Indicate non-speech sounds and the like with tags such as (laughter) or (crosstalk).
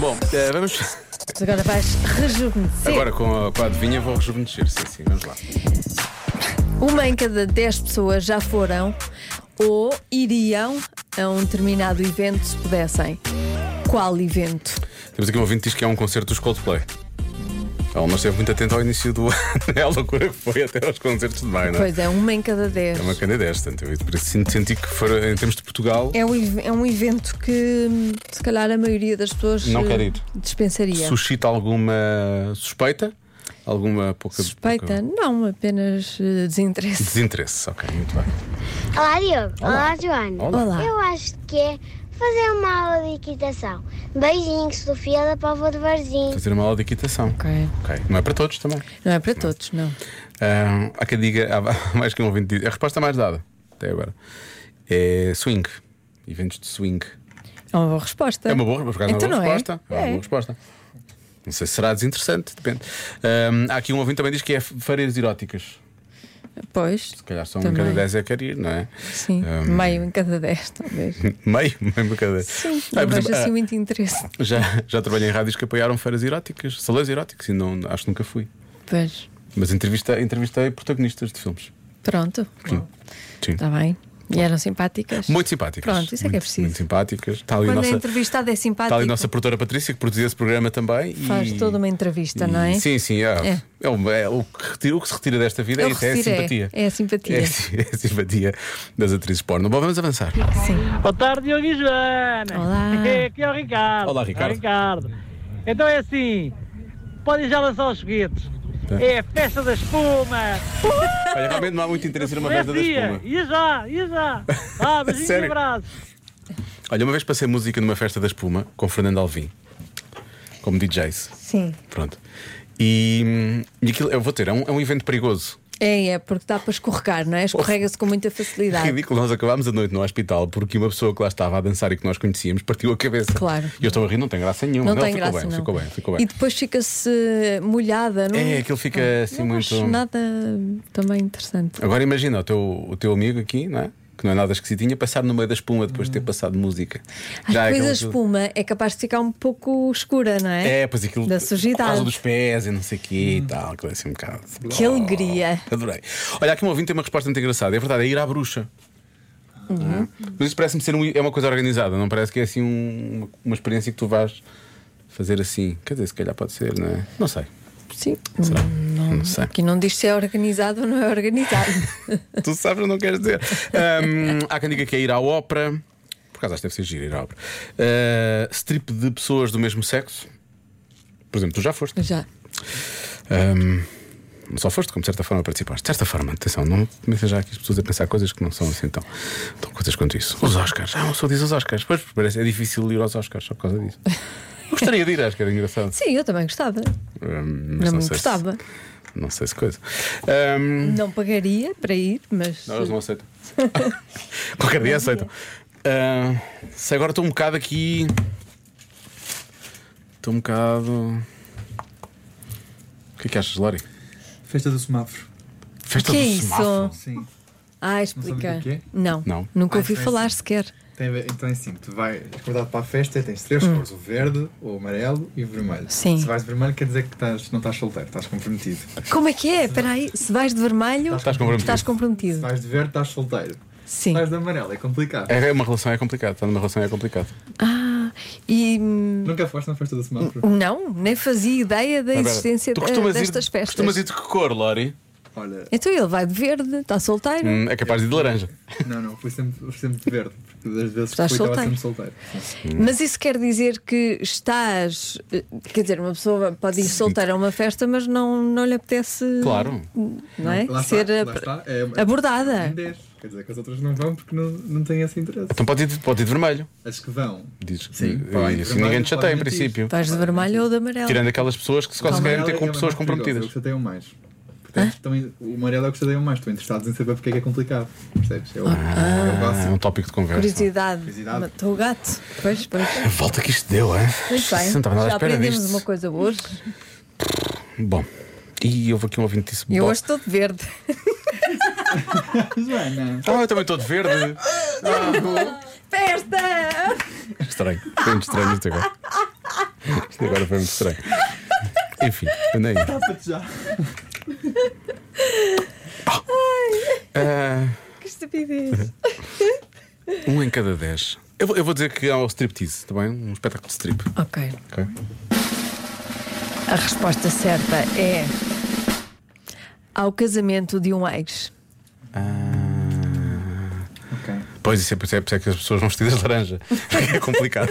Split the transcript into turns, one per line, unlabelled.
Bom, eh, vamos.
Mas Agora vais rejuvenescer.
Agora com a, com a adivinha vou rejuvenescer, sim, sim, vamos lá.
Uma em cada 10 pessoas já foram ou iriam a um determinado evento se pudessem. Qual evento?
Temos aqui um ouvinte que diz que é um concerto dos Coldplay. Ela não esteve muito atenta ao início do (laughs) ano, é a loucura que foi até aos concertos de maio, não é?
Pois é, uma em cada 10.
É uma candidez, portanto, eu por isso sinto- senti que fora, em termos de Portugal,
É um, ev- é um evento que hum, se calhar a maioria das pessoas
Não
eh,
quer ir.
dispensaria.
suscita alguma suspeita? Alguma pouca.
Suspeita?
pouca-
Não, apenas
(laughs)
eh, desinteresse.
Desinteresse, ok, muito bem.
Olá, Diogo.
Olá.
Olá, Joana.
Olá.
Olá.
Eu acho que é fazer uma aula de equitação. Beijinhos, Sofia da Póvoa de Varzim.
Fazer uma aula de equitação.
Ok.
Ok, Não é para todos também.
Não é para todos, não.
Ah, há quem diga, há (laughs) mais que um ouvinte diz, a resposta mais dada até agora é swing. Eventos de swing.
É uma boa resposta.
É uma boa, por acaso,
Então
é uma
não
boa
é?
resposta. É. uma
É.
boa resposta. Não sei se será desinteressante, depende. Ah, há aqui um ouvinte também diz que é feiras eróticas.
Pois.
Se calhar só um em
Também.
cada 10 é quer ir, não é? (laughs)
Sim,
Hum.
meio em cada 10, talvez.
Meio, meio em cada 10.
Sim,
Ah,
não
por
vejo
exemplo,
assim
ah,
muito interesse.
já, já trabalhei em rádios que apoiaram feiras eróticas, salões eróticos, e não, acho que nunca fui.
Pois,
Mas entrevistei, entrevistei protagonistas de filmes.
pronto,
Sim.
está bem. E eram simpáticas.
Muito simpáticas.
Pronto, isso é que é
Muito-
preciso.
Muito simpáticas. Está ali, a
Quando a
nossa,
entrevistada é
está
simpática,
ali a nossa produtora Patrícia, que produzia esse programa também. e-
faz toda uma entrevista,
e-
não é?
Sim, sim. É,
É.
é um- é o, que retira- o que se retira desta vida
Eu
é, isso, é a
retiro,
simpatia.
É, a simpatia.
É a si- é a simpatia das atrizes porno. Bom, vamos avançar.
Sim.
Boa tarde, Diogo e Joana.
Olá.
(laughs) Aqui é o Ricardo.
Olá, Ricardo.
É o Ricardo. Então é assim: podem já lançar os foguetes. É a festa da espuma.
Olha, realmente não há muito interesse numa
é
É festa da espuma.
dia. E já, e
(laughs)
já. Ah, beijinhos e
Sério?
abraços.
Olha, uma vez passei música numa festa da espuma com Fernando Alvim, como DJs.
Sim.
Pronto. E, hum, e aquilo, eu vou ter, é um, é um evento perigoso.
É, é, porque dá para escorregar, não é? Escorrega-se com
(laughs)
muita facilidade.
É Ridículo, nós acabámos a noite no hospital porque uma pessoa que lá estava a dançar e que nós conhecíamos partiu a cabeça.
Claro.
E eu estou a rir, não tem graça nenhuma.
Não
Ele
tem
ficou
graça,
bem,
não.
ficou bem, ficou bem.
E depois fica-se molhada, não
É, aquilo fica assim
não
muito.
acho nada também interessante.
Agora imagina o teu, o teu amigo aqui, não é? Que não é nada esquisitinho, passar no meio da espuma depois de ter passado música.
Ai,
é
depois a
aquela-
espuma é capaz de ficar um pouco escura, não é?
É, pois aquilo.
Da
Por causa
sujidade.
dos pés e não sei o quê e tal, aquilo é assim um bocado. Oh,
Que alegria.
Adorei. Olha, aqui um ouvinte tem uma resposta muito engraçada. É verdade, é ir à bruxa.
Uhum.
Não é? Mas isso parece-me ser um- é uma coisa organizada, não parece que é assim um- uma, uma experiência que tu vais fazer assim. Quer dizer, se calhar pode ser, não é? Não sei.
Sim.
Será? não sei.
Aqui não diz se é organizado ou não é organizado.
Tu sabes, eu não queres dizer. Ahm, há quem diga que é ir à ópera. Por acaso acho que deve ser giro ir à ópera. Ah, strip de pessoas do mesmo sexo. Por exemplo, tu já foste.
(laughs) Já.
Ahm, só foste, como de certa forma participaste. De certa forma, atenção, não comecem já aqui as pessoas a pensar coisas que não são assim tão, tão coisas quanto isso. Os Oscars, ah, uma pessoa diz os Oscars. Pois parece, é difícil ir aos Oscars só por causa
(laughs)
disso. Gostaria de ir, acho que era engraçado.
Sim, eu também gostava.
Ahm,
Não,
mas
me
sei se-
gostava.
não sei se coisa. Ahm,
Não pagaria para ir, mas.
não, eles não aceitam. (laughs) Qualquer dia aceitam. Ah, se agora estou um bocado aqui. Estou um bocado. O que é que achas, Lori?
Festa do semáforo.
Festa
que é
do
isso?
um semáforo.
Sim.
Ah, explica.
o que é?
Não,
Não.
nunca
Ah,
ouvi
então é
falar
assim.
sequer.
Tem a ver- então é assim, tu vais acordado para a festa e tens três cores, o verde, o amarelo e o vermelho.
Hum. Sim.
Se vais de vermelho quer dizer que estás, não estás solteiro, estás comprometido.
Como é que é? Espera aí, se vais de vermelho,
Estás comprometido.
estás
Se
comprometido.
vais de verde estás solteiro.
Sim.
Se vais de amarelo é complicado.
É uma relação é complicado. Estar numa relação é complicado.
Ah, e. hum,
Nunca foste na festa do semáforo?
Não, nem fazia ideia da
Espera,
existência
tu
de-
costumas ir-
destas festas.
Costumas ir de que cor, Lori?
Olha,
Então ele vai de verde, está solteiro.
Hum, é capaz de ir de laranja.
não, não, fui sempre, fui sempre de verde, porque das vezes que
Estás
fui estava
solteiro.
sempre solteiro.
Mas isso quer dizer que estás. eh, Quer dizer, uma pessoa pode ir solteira a uma festa, mas não, não lhe apetece.
Claro.
Não é?
Lá
Ser
está,
a-
lá está, é uma-
abordada.
timidez. Quer dizer que as outras não vão porque não, não têm esse interesse.
Então pode ir de, pode ir de vermelho.
As que vão.
Diz.
Sim,
E-
vai
e
de
assim
vermelho,
ninguém te chateia, em
pode mentir.
princípio.
Vais de vermelho ou de amarelo?
Tirando aquelas pessoas que se conseguem
amarelo
ter
é
com
que é
pessoas
mais perigoso, É o
comprometidas.
que chateiam mais. Portanto,
Ah?
estão em- o amarelo é o que chateiam mais. Estão interessados em saber porque é que é complicado. Percebes? É o, é o
Ah, é
básico.
um tópico de conversa.
Curiosidade.
Curiosidade.
Matou o gato. Pois, pois.
Volta que isto deu, é?
Muito bem.
Não estava nada à
Já
espera
aprendemos
disto.
uma coisa hoje.
Bom, e houve aqui um ouvinte que disse.
Eu
"Bom,
hoje estou de verde. (laughs)
Joana,
Ah, eu também estou de
(laughs)
verde.
Festa!
estranho, foi muito estranho isto agora. Isto agora foi muito estranho. Enfim, andei.
Tapa-te já.
Ah,
Que estupidez.
um em cada dez. Eu vou, eu vou dizer que há o striptease, também um espetáculo de strip.
ok.
ok?
A resposta certa é. Ao casamento de um ex.
Ah,
Ok.
pois isso é, por (laughs) isso é por isso é que as pessoas vão vestidas de laranja. É complicado.